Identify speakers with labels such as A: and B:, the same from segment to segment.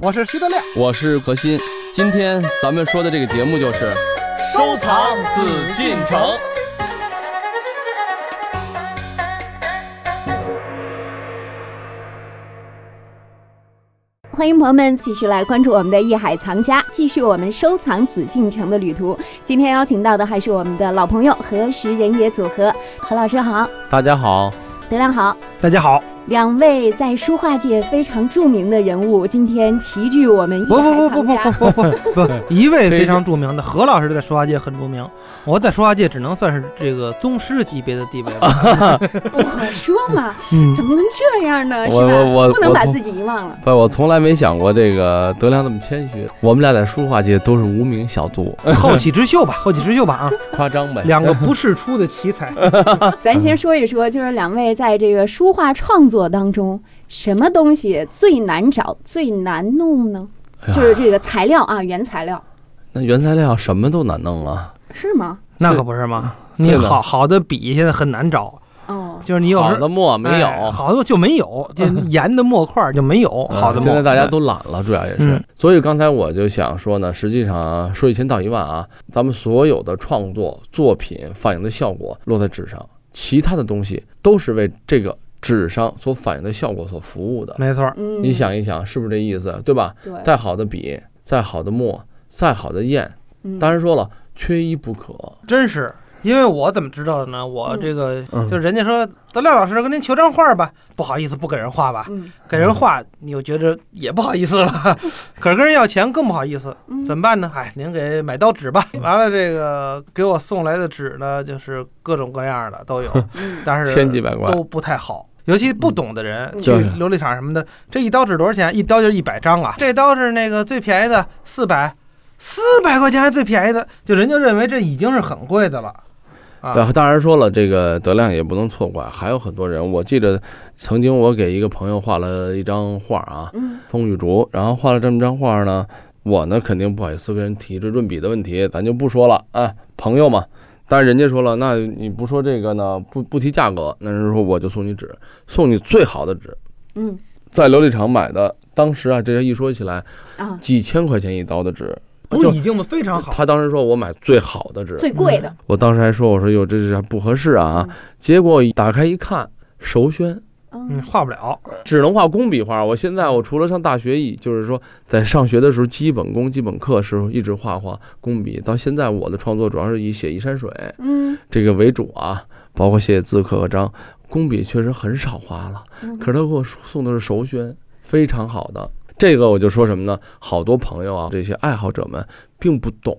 A: 我是徐德亮，
B: 我是何鑫。今天咱们说的这个节目就是
A: 收藏紫禁城。
C: 欢迎朋友们继续来关注我们的《艺海藏家》，继续我们收藏紫禁城的旅途。今天邀请到的还是我们的老朋友何时人也组合，何老师好，
B: 大家好，
C: 德亮好。
D: 大家好，
C: 两位在书画界非常著名的人物，今天齐聚我们艺
D: 不不
C: 海藏
D: 不不
C: 家。
D: 不不不 不不，一位非常著名的何老师在书画界很著名，我在书画界只能算是这个宗师级别的地位
B: 啊
D: 了。
C: 我说嘛，
D: 嗯
C: 怎，么能这样呢？是
B: 我我我
C: 吧？不能
B: 我
C: 把
B: 从
C: 自己遗忘了。
B: 不，我从来没想过这个德亮这么谦虚。我们俩在书画界都是无名小卒，
D: 后起之秀吧，后起之秀吧啊，
B: 夸张呗。
D: 两个不世出的 奇才。
C: 咱先说一说，就是两位在这个书画创作当中，什么东西最难找、最难弄呢？
B: 哎呀
C: 就是这个材料啊，原材料
B: 那原材料什么都难弄啊，
C: 是吗？
D: 那可不是嘛，
B: 是
D: 你
B: 的
D: 好好的笔现在很难找，
C: 哦，
D: 就是你有
B: 好
D: 时候
B: 的墨没有。
D: 哎好的就没有，这盐的墨块就没有
B: 嗯
D: 好的墨。
B: 现在大家都懒了，主要也是
D: 嗯。
B: 所以刚才我就想说呢，实际上啊说一千道一万啊，咱们所有的创作作品反映的效果落在纸上，其他的东西都是为这个纸上所反映的效果所服务的。
D: 没错儿，
C: 嗯，
B: 你想一想，是不是这意思，对吧？
C: 对，
B: 再好的笔，再好的墨，再好的砚，
C: 嗯
B: 当然说了，缺一不可。
D: 真是。因为我怎么知道的呢？我这个
B: 嗯
D: 就人家说德亮老师跟您求张画吧，不好意思，不给人画吧。
C: 嗯
D: 给人画，你又觉着也不好意思了，可是跟人要钱更不好意思，
C: 嗯，
D: 怎么办呢？哎，您给买刀纸吧。完了，这个给我送来的纸呢，就是各种各样的都有，
C: 嗯
D: 但是
B: 千几百块，
D: 都不太好。尤其不懂的人
C: 嗯
D: 去
B: 对
D: 琉璃厂什么的，这一刀纸多少钱？一刀就是一百张啊！这刀是那个最便宜的，四百，四百块钱还最便宜的，就人就认为这已经是很贵的了，啊，
B: 对，当然说了，这个德亮也不能错怪，还有很多人。我记得曾经我给一个朋友画了一张画啊，
C: 嗯
B: 《风雨竹》，然后画了这么张画呢，我呢肯定不好意思跟人提这润笔的问题，咱就不说了啊，朋友嘛。但是人家说了，那你不说这个呢，不不提价格，那人说我就送你纸，送你最好的纸，
C: 嗯
B: 在琉璃厂买的。当时啊，这些一说起来，
C: 啊，
B: 几千块钱一刀的纸，
D: 不
B: 就
D: 已经非常好，
B: 他当时说我买最好的纸，
C: 最贵的
B: 我当时还说我说哟这是不合适啊，结果打开一看，首宣
D: 嗯，
C: 嗯
D: 画不了，
B: 只能画工笔画。我现在我除了上大学以，就是说在上学的时候基本功、基本课时候一直画画工笔，到现在我的创作主要是以写《一山水》
C: 嗯，
B: 这个为主啊，包括写字、刻刻章，工笔确实很少画了。
C: 嗯
B: 可是他给我送的是首宣，非常好的。这个我就说什么呢？好多朋友啊，这些爱好者们并不懂。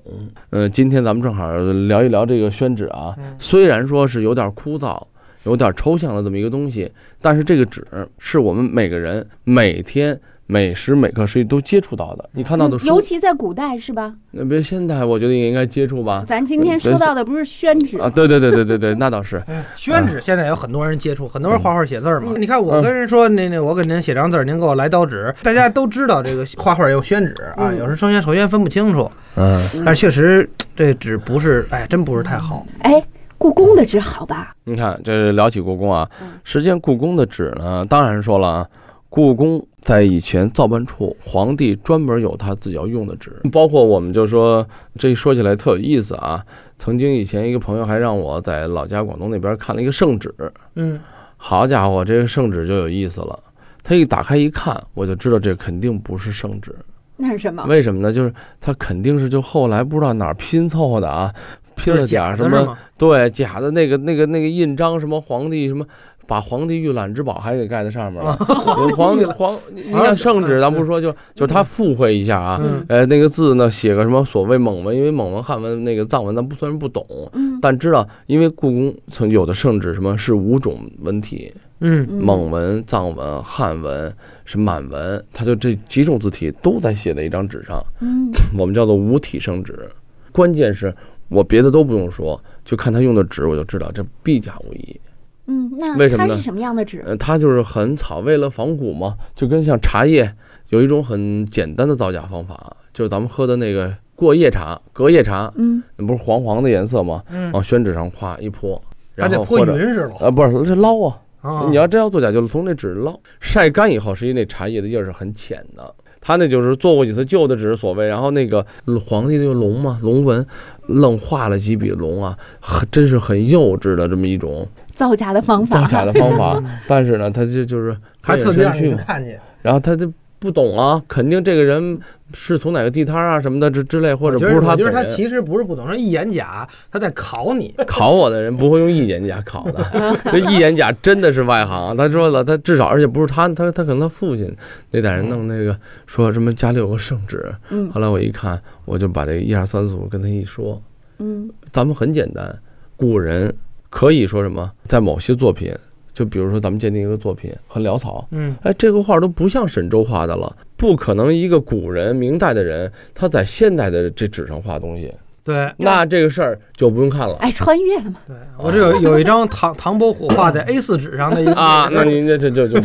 B: 嗯、今天咱们正好聊一聊这个宣纸啊。
D: 嗯
B: 虽然说是有点枯燥、有点抽象的这么一个东西，但是这个纸是我们每个人每天每时每刻是都接触到的。你看到的
C: 嗯尤
B: 书，
C: 其在古代是吧？
B: 那别现在我觉得也应该接触吧。
C: 咱今天说到的不是宣纸
B: 啊，，对对对对对对，那倒是。
D: 宣纸现在有很多人接触，很多人画画写字儿嘛。
C: 嗯
D: 你看我跟人说，那那我给您写张字儿，您给我来刀纸。大家都知道这个画画用宣纸啊，
C: 嗯
D: 有时候双宣首先分不清楚，
B: 嗯，
D: 但是确实这纸不是，哎，真不是太好。
C: 哎，故宫的纸好吧？
B: 你看，这聊起故宫啊
C: 嗯，
B: 实际上故宫的纸呢，当然说了啊，故宫在以前造办处，皇帝专门有他自己要用的纸，包括我们就说这说起来特有意思啊。曾经以前一个朋友还让我在老家广东那边看了一个圣旨，
D: 嗯，
B: 好家伙，这个圣旨就有意思了。他一打开一看，我就知道这肯定不是圣旨，
C: 那是什
D: 啊
C: 么？
B: 为什么呢？就是他肯定是就后来不知道哪儿拼凑的啊，拼了
D: 假
B: 点什
D: 的是
B: 么
D: 吗？
B: 对，假的那个那个那个印章，什么皇帝什么，把皇帝御览之宝还给盖在上面了。有皇帝皇，你你看圣旨，咱不说，就就是他附会一下啊。
D: 嗯，
B: 呃，那个字呢，写个什么所谓蒙文，因为蒙文、汉文那个藏文，咱不虽然不懂，
C: 嗯
B: 但知道，因为故宫曾有的圣旨什么是五种文体，
D: 嗯，
C: 嗯
B: 蒙文、藏文、汉文是满文，它就这几种字体都在写在一张纸上。
C: 嗯
B: 我们叫做五体生纸。关键是我别的都不用说，就看他用的纸，我就知道这必假无疑。
C: 嗯，那
B: 为什么
C: 它
B: 呢
C: 是什么样的纸？
B: 呃，它就是很草，为了仿古嘛，就跟像茶叶有一种很简单的造假方法，就是咱们喝的那个过夜茶、隔夜茶，
C: 嗯
B: 不是黄黄的颜色吗？
D: 嗯
B: 往宣纸上夸一泼，
D: 还
B: 然
D: 得
B: 后
D: 泼
B: 或者呃
D: 匀是喽。
B: 啊，不是这捞啊，
D: 啊
B: 你要真要做假，就是从那纸捞晒干以后，实际那茶叶的叶儿是很浅的。他那就是做过几次旧的纸，所谓，然后那个皇帝那个龙嘛，龙纹，愣画了几笔龙啊，很真是很幼稚的这么一种
C: 造假的方法，嗯
B: 造假的方法。但是呢，他就就是
D: 还嗯特
B: 很
D: 地
B: 谦
D: 让
B: 虚
D: 你
B: 嘛，
D: 看见，
B: 然后他就不懂啊，肯定这个人是从哪个地摊儿啊什么的之之类，或者
D: 我
B: 不
D: 觉得
B: 是他
D: 我觉
B: 本
D: 得他
B: 人。
D: 其实不是不懂，是一眼假，他在考你。
B: 考我的人不会用一眼假考的，这一眼假真的是外行。他说了，他至少而且不是他，他他可能他父亲那代人弄那个说什么家里有个圣旨。
C: 嗯
B: 后来我一看，我就把这一二三四五跟他一说，
C: 嗯
B: 咱们很简单，古人可以说什么，在某些作品，就比如说咱们鉴定一个作品很潦草，
D: 嗯，
B: 哎，这个画都不像沈周画的了，不可能一个古人明代的人他在现代的这纸上画东西，
D: 对
B: 那这个事儿就不用看了。
C: 哎，穿越了嘛，
D: 对，
B: 啊
D: 我这有有一张唐唐伯虎画在 A 4纸上的一个
B: 啊，那您这这就就，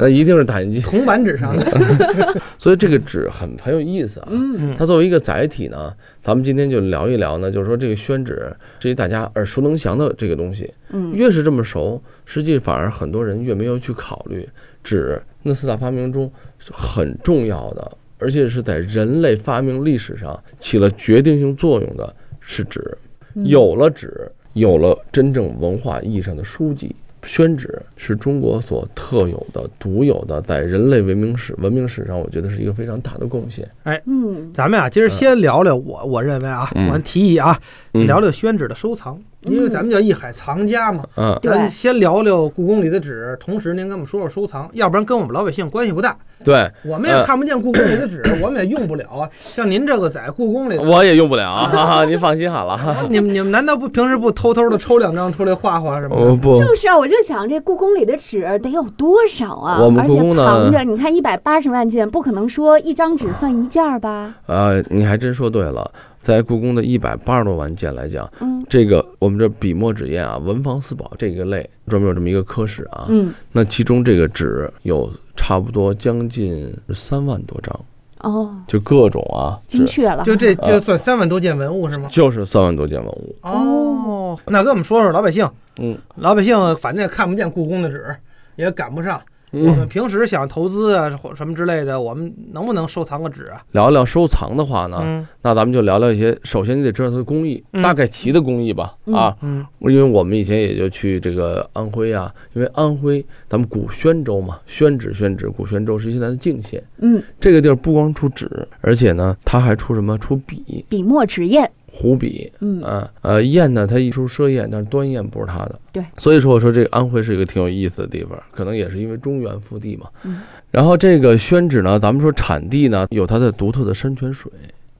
B: 那一定是打印机。
D: 铜板纸上的，
B: 所以这个纸很很有意思啊。
C: 嗯
D: 嗯
B: 它作为一个载体呢，咱们今天就聊一聊呢，就是说这个宣纸，这些大家耳熟能详的这个东西，
C: 嗯
B: 越是这么熟，实际反而很多人越没有去考虑纸那四大发明中是很重要的，而且是在人类发明历史上起了决定性作用的是纸。
C: 嗯
B: 有了纸，有了真正文化意义上的书籍。宣纸是中国所特有的、独有的，在人类文明史文明史上，我觉得是一个非常大的贡献。
C: 嗯
D: 咱们啊，今儿先聊聊我我认为啊，
B: 嗯
D: 我提议啊，
B: 嗯
D: 聊聊宣纸的收藏，因为
C: 嗯
D: 咱们叫一海藏家嘛。
B: 嗯，
C: 对
D: 咱先聊聊故宫里的纸，同时您跟我们说说收藏，要不然跟我们老百姓关系不大，
B: 对，
D: 我们也看不见故宫里的纸，我们也用不了啊。像您这个在故 宫里的，
B: 我也用不了，哈哈，您放心好了。哈哈
D: 你们你们难道不平时不偷偷的抽两张出来画画什么的？
B: 哦不
C: 就是啊，我就想这故宫里的纸得有多少啊？
B: 我们故宫呢
C: 而且藏着，你看一百八十万件，不可能说一张纸算一件儿吧？
B: 呃，你还真说对了，在故宫的一百八十多万件来讲，
C: 嗯
B: 这个我们这笔墨纸砚啊，文房四宝这个类专门有这么一个科室啊。
C: 嗯
B: 那其中这个纸有差不多将近三万多张，
C: 哦，
B: 就各种啊，纸
C: 精确了，
D: 就这就算三万多件文物是吗？
B: 就是三万多件文物。
D: 哦，那跟我们说说老百姓，
B: 嗯，
D: 老百姓反正也看不见故宫的纸，也赶不上。
B: 嗯
D: 我们平时想投资啊或什么之类的，我们能不能收藏个纸啊？
B: 聊聊收藏的话呢，
D: 嗯
B: 那咱们就聊聊一些，首先你得知道它的工艺，
D: 嗯
B: 大概齐的工艺吧。
C: 嗯
B: 啊，
D: 嗯
B: 因为我们以前也就去这个安徽啊，因为安徽咱们古宣州嘛，宣纸宣纸，古宣州是现在的泾县。
C: 嗯，
B: 这个地儿不光出纸，而且呢，它还出什么？出笔、
C: 笔墨纸砚，
B: 湖笔。
C: 嗯
B: 啊，呃，砚呢，它一出奢砚，但是端砚不是它的。
C: 对，
B: 所以说我说这个安徽是一个挺有意思的地方，可能也是因为中原腹地嘛。
C: 嗯
B: 然后这个宣纸呢，咱们说产地呢有它的独特的山泉水，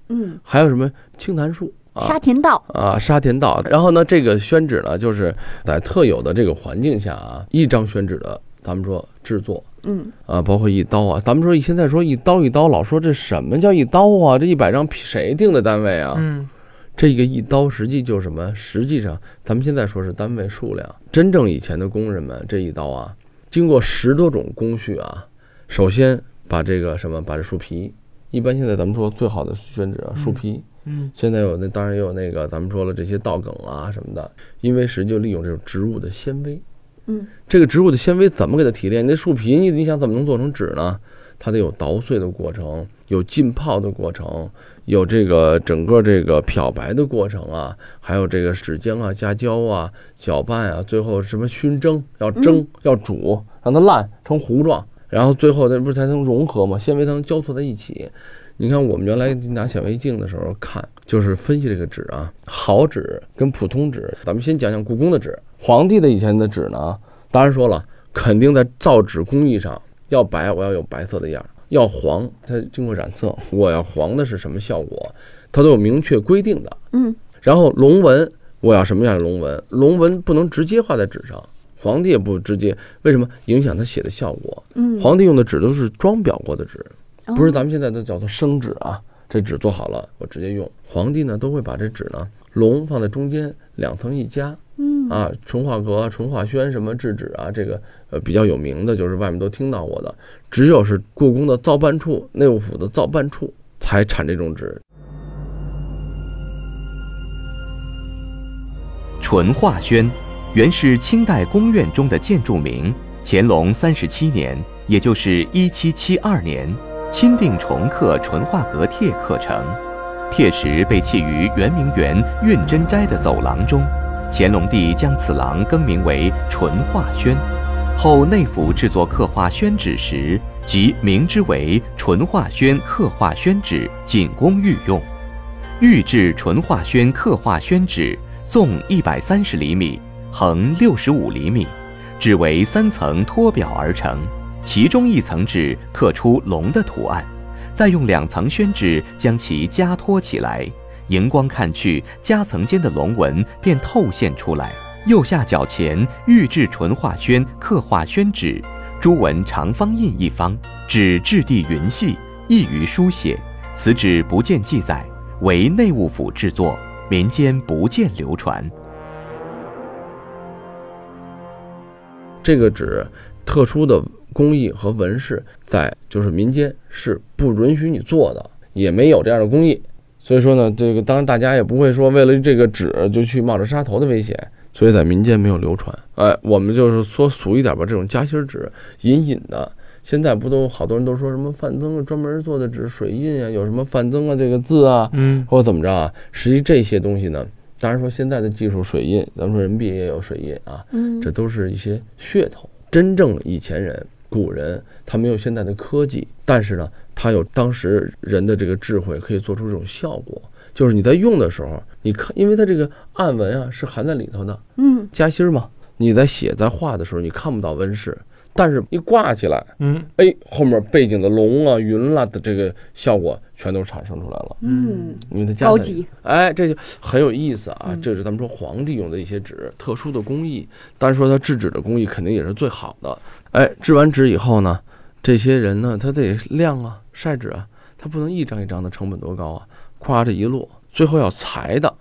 C: 嗯，
B: 还有什么青檀树啊
C: 沙田道，
B: 啊沙田道。然后呢，这个宣纸呢，就是在特有的这个环境下啊，一张宣纸的咱们说制作。
C: 嗯
B: 啊，包括一刀啊，咱们说现在说一刀一刀，老说这什么叫一刀啊？这一百张谁定的单位啊？
D: 嗯
B: 这个一刀实际就是什么？实际上，咱们现在说是单位数量，真正以前的工人们这一刀啊，经过十多种工序啊，首先把这个什么，把这树皮，一般现在咱们说最好的宣纸啊，树皮，
D: 嗯
B: 现在有那当然也有那个咱们说了这些稻梗啊什么的，因为实际就利用这种植物的纤维，
C: 嗯
B: 这个植物的纤维怎么给它提炼？那树皮你你想怎么能做成纸呢？它得有捣碎的过程，有浸泡的过程，有这个整个这个漂白的过程啊，还有这个纸浆啊、夹胶啊、搅拌啊，最后什么熏蒸，要蒸、要煮，让它烂成糊状，然后最后它不是才能融合吗？纤维才能交错在一起。你看我们原来拿显微镜的时候看，就是分析这个纸啊，好纸跟普通纸。咱们先讲讲故宫的纸，皇帝的以前的纸呢，当然说了，肯定在造纸工艺上，要白我要有白色的样儿，要黄它经过染色，我要黄的是什么效果，它都有明确规定的。
C: 嗯
B: 然后龙纹我要什么样的龙纹，龙纹不能直接画在纸上，皇帝也不直接，为什么影响他写的效果？
C: 嗯，
B: 皇帝用的纸都是装裱过的纸，
C: 哦
B: 不是咱们现在都叫做生纸啊，这纸做好了我直接用。皇帝呢都会把这纸呢龙放在中间，两层一夹，
C: 嗯
B: 啊，淳化阁、淳化轩什么制纸啊，这个呃比较有名的，就是外面都听到过的，只有是故宫的造办处、内务府的造办处才产这种纸。
A: 淳化轩，
E: 原是清代宫院中的建筑名。乾隆三十七年，也就是一七七二年，钦定重刻淳化阁帖刻成，帖石被弃于圆明园运珍斋的走廊中。乾隆帝将此廊更名为淳化轩，后内府制作刻画宣纸时，即名之为淳化轩刻画宣纸，仅供御用。御制淳化轩刻画宣纸，纵一百三十厘米，横六十五厘米，纸为三层托裱而成，其中一层纸刻出龙的图案，再用两层宣纸将其夹托起来，荧光看去，夹层间的龙纹便透现出来。右下角前御制淳化轩刻画宣纸，朱文长方印一方，纸质地匀细，易于书写。此纸不见记载，为内务府制作，民间不见流传。
B: 这个纸特殊的工艺和纹饰，在就是民间是不允许你做的，也没有这样的工艺。所以说呢，这个当然大家也不会说为了这个纸就去冒着杀头的危险，所以在民间没有流传。哎，我们就是说俗一点吧，这种夹心纸隐隐的，现在不都好多人都说什么范增啊专门做的纸水印啊，有什么范增啊这个字啊，
D: 嗯，
B: 或者怎么着啊？实际这些东西呢，当然说现在的技术水印，咱们说人民币也有水印啊，
C: 嗯
B: 这都是一些噱头。真正以前人、古人，他没有现在的科技，但是呢，他有当时人的这个智慧，可以做出这种效果。就是你在用的时候，你看，因为它这个暗纹啊是含在里头的，
C: 嗯
B: 夹心儿嘛，你在写在画的时候，你看不到纹饰，但是一挂起来，
D: 嗯，
B: 哎，后面背景的龙啊、云啦、的这个效果全都产生出来了。
C: 嗯，
B: 因为它加
C: 高
B: 在
C: 级，
B: 哎，这就很有意思啊！
C: 嗯
B: 这是咱们说皇帝用的一些纸，特殊的工艺。当然说它制纸的工艺肯定也是最好的。哎，制完纸以后呢，这些人呢，他得晾啊、晒纸啊，他不能一张一张的，成本多高啊！夸这一摞，最后要裁的。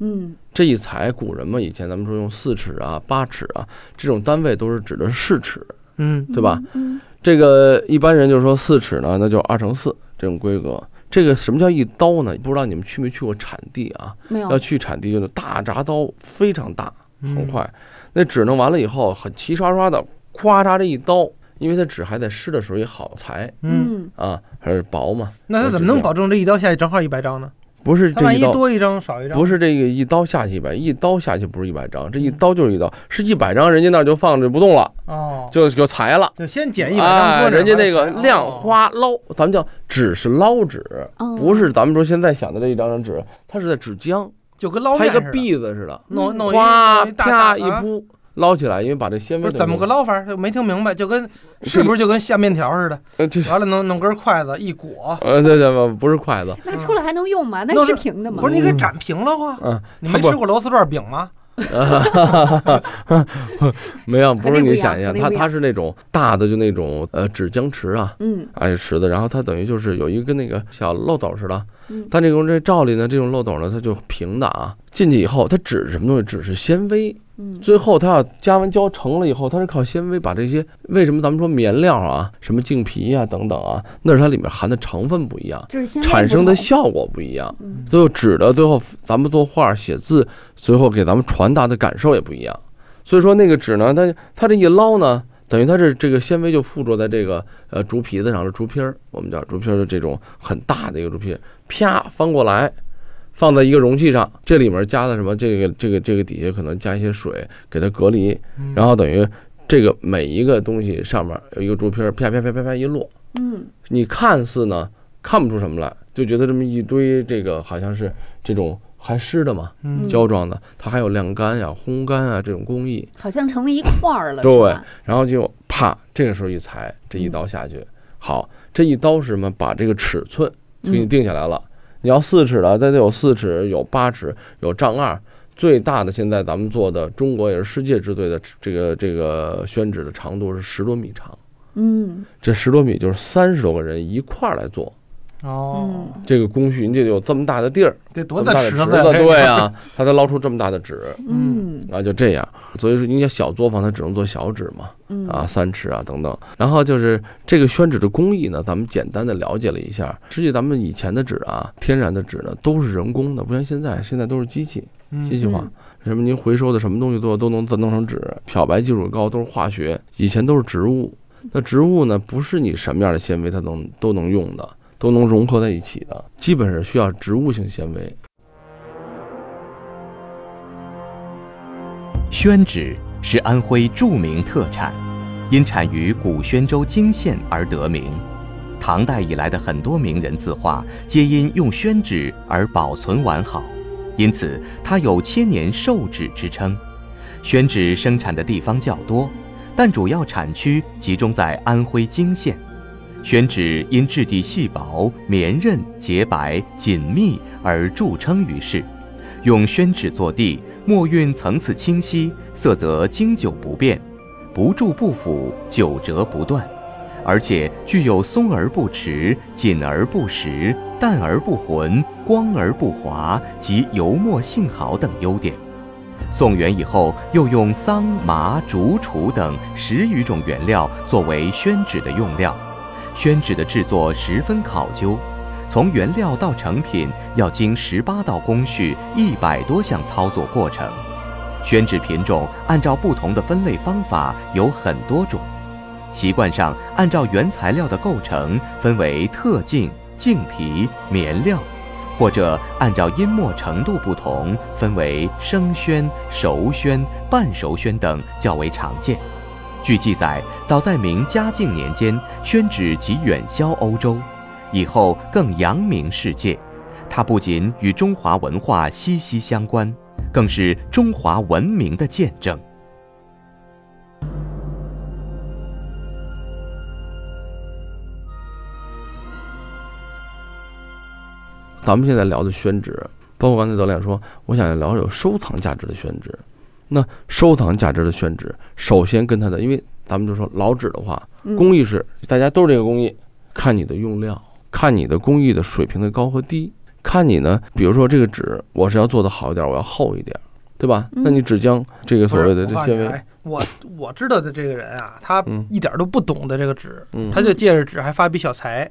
C: 嗯
B: 这一裁，古人嘛，以前咱们说用四尺啊、八尺啊这种单位都是指的是尺，
D: 嗯，
B: 对吧？
C: 嗯
B: 这个一般人就说四尺呢，那就二乘四这种规格。这个什么叫一刀呢？不知道你们去没去过产地啊？
C: 没有
B: 要，去产地用的大铡刀，非常大，很
D: 哦嗯，
B: 快。那纸弄完了以后，很齐刷刷的，咵嚓这一刀，因为它纸还在湿的时候也好裁
D: 嗯，
C: 嗯
B: 啊，还是薄嘛。
D: 那他怎么能保证这一刀下去正好一百张呢？
B: 不是
D: 他
B: 这
D: 万
B: 一
D: 一
B: 刀，
D: 多一张少一张，嗯
B: 不
D: 是，
B: 是这个一刀下去一百，一刀下去不是一百张，这一刀就是一刀，是一百张，人家那儿就放着不动了，
D: 哦，
B: 就就裁了。
D: 就先减一百张，
B: 哎，
D: 搁着
B: 人家那个
D: 完了哦
B: 量，花捞，咱们叫纸是捞纸，
C: 哦
B: 不是咱们说现在想的这一张张纸，它是在纸浆，
D: 就跟捞
B: 它
D: 面
B: 一个篦子似
D: 似的，
B: 的，
D: 弄弄一
B: 哗
D: 哦弄一大
B: 啪
D: 大
B: 一
D: 啊
B: 扑捞起来，因为把这纤
D: 不
B: 维
D: 是怎么个
B: 捞？
D: 捞法？就没听明白，就跟是不是就跟下面条似的？
B: 呃，就是
D: 完了弄弄根筷子一裹，
B: 呃，对对不不是筷子，
C: 那出来还能用吗？那
D: 那
C: 是
D: 是
C: 平的吗？
D: 不是你给擀平了啊？
B: 嗯，
D: 你没
B: 它
D: 吃过螺丝转饼吗？
B: 不没有，
C: 和
B: 不
C: 那
B: 是
C: 不
B: 你
C: 一样
B: 想象，
C: 和那
B: 它
C: 不一样
B: 它是那种大的，就那种呃纸浆池啊，
C: 嗯
B: 哎池子，然后它等于就是有一个跟那个小漏斗似的
C: 嗯，
B: 它这种这罩里呢，这种漏斗呢，它就平的啊，进去以后，它纸是什么东西？纸是纤维，
C: 嗯
B: 最后它要加完胶成了以后，它是靠纤维把这些为什么咱们说棉料啊、什么净皮啊等等啊，那是它里面含的成分不一样，
C: 就是纤维
B: 产
C: 不
B: 生的
C: 同
B: 效果不一样。
C: 嗯
B: 最后纸的最后咱们作画写字，最后给咱们传达的感受也不一样。所以说那个纸呢，它它这一捞呢，等于它这这个纤维就附着在这个呃竹皮子上了，竹皮儿我们叫竹皮儿的这种很大的一个竹皮儿，啪翻过来。放在一个容器上，这里面加的什么？这个这个这个底下可能加一些水，给它隔离，然后等于这个每一个东西上面有一个竹皮儿，啪啪啪啪啪一落，
C: 嗯
B: 你看似呢看不出什么来，就觉得这么一堆这个好像是这种还湿的嘛，
D: 嗯
B: 胶状的，它还有晾干呀、烘干啊这种工艺，
C: 好像成了一块儿了，
B: 对
C: 是吧
B: 然后就啪，这个时候一裁，这一刀下去，好，这一刀是什么？把这个尺寸给你
C: 嗯
B: 定下来了。你要四尺的，它得有四尺，有八尺，有丈二。最大的现在咱们做的，中国也是世界之最的这个这个宣纸的长度是十多米长，
C: 嗯
B: 这十多米就是三十多个人一块儿来做。
D: 哦，
C: 嗯
B: 这个工序，你得有这么大的地儿，
D: 得多
B: 这么
D: 大
B: 大的
D: 池
B: 子，
D: 子呀？
B: 对啊，他才捞出这么大的纸
C: 嗯
B: 啊，就这样。所以说，你想小作坊，它只能做小纸嘛，
C: 嗯
B: 啊，三尺啊等等。然后就是这个宣纸的工艺呢，咱们简单的了解了一下。实际咱们以前的纸啊，天然的纸呢，都是人工的，不像现在，现在都是机器
D: 嗯
B: 机器化。什么您回收的什么东西做都能再弄成纸，漂白技术高，都是化学，以前都是植物。那植物呢，不是你什么样的纤维它能都能用的，都能融合在一起的，基本是需要植物性纤维。
E: 宣纸是安徽著名特产，因产于古宣州泾县而得名。唐代以来的很多名人字画皆因用宣纸而保存完好，因此它有“千年寿纸”之称。宣纸生产的地方较多，但主要产区集中在安徽泾县。宣纸因质地细薄、绵韧、洁白、紧密而著称于世。用宣纸做地，墨韵层次清晰，色泽经久不变，不蛀不腐，久折不断，而且具有松而不弛、紧而不实、淡而不浑、光而不滑及油墨性好等优点。宋元以后，又用桑麻、竹、楚等十余种原料作为宣纸的用料。宣纸的制作十分考究，从原料到成品要经十八道工序、一百多项操作过程。宣纸品种按照不同的分类方法有很多种，习惯上按照原材料的构成分为特茎、茎皮、棉料，或者按照阴墨程度不同分为生宣、熟宣、半熟宣等较为常见。据记载，早在明嘉靖年间，宣纸即远销欧洲，以后更扬名世界。它不仅与中华文化息息相关，更是中华文明的见证。
B: 咱们现在聊的宣纸，包括刚才咱俩说，我想聊有收藏价值的宣纸。那收藏价值的宣纸，首先跟它的，因为咱们就说老纸的话，
F: 嗯
B: 工艺是大家都是这个工艺，看你的用料，看你的工艺的水平的高和低，看你呢，比如说这个纸，我是要做的好一点，我要厚一点，对吧？
F: 嗯
B: 那你纸浆这个
D: 不
B: 所
D: 是
B: 谓的
D: 我
B: 这
D: 告诉
B: 纤
D: 你
B: 维，
D: 哎我我知道的这个人啊，他
B: 嗯
D: 一点都不懂得这个纸，
B: 嗯，
D: 他就借着纸还发笔小财。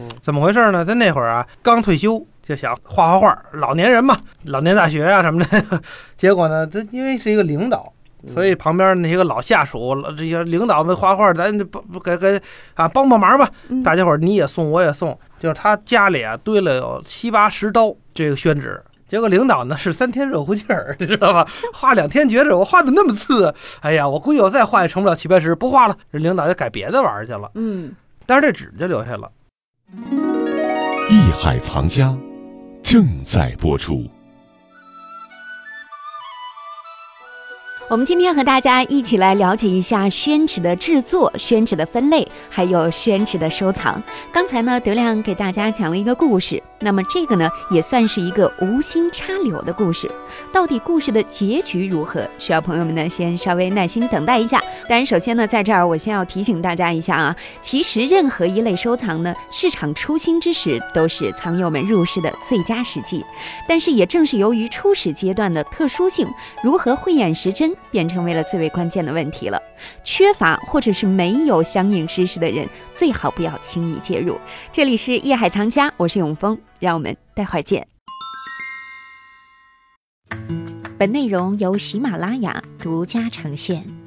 B: 嗯
D: 怎么回事呢？他那会儿啊，刚退休就想画画画，老年人嘛，老年大学啊什么的。 结果呢，他因为是一个领导，
B: 嗯
D: 所以旁边那些个老下属、老这些领导们画画，咱就帮给给啊帮帮忙吧。
F: 嗯
D: 大家伙儿你也送我也送，就是他家里啊堆了有七八十刀这个宣纸。结果领导呢是三天热乎劲儿， 你知道吧？画两天觉着我画的那么次，哎呀，我估计我再画也成不了齐白石，不画了。人领导就改别的玩意儿去了，
F: 嗯，
D: 但是这纸就留下了。
G: 艺海藏家正在播出。
F: 我们今天和大家一起来了解一下宣纸的制作、宣纸的分类，还有宣纸的收藏。刚才呢，德亮给大家讲了一个故事，那么这个呢，也算是一个无心插柳的故事。到底故事的结局如何，需要朋友们呢先稍微耐心等待一下。当然，首先呢，在这儿我先要提醒大家一下啊，其实任何一类收藏呢，市场初心之时都是藏友们入市的最佳时机，但是也正是由于初始阶段的特殊性。如何慧眼识真，便成为了最为关键的问题了。缺乏或者是没有相应知识的人，最好不要轻易介入。这里是夜海藏家，我是永峰，让我们待会儿见。本内容由喜马拉雅独家呈现。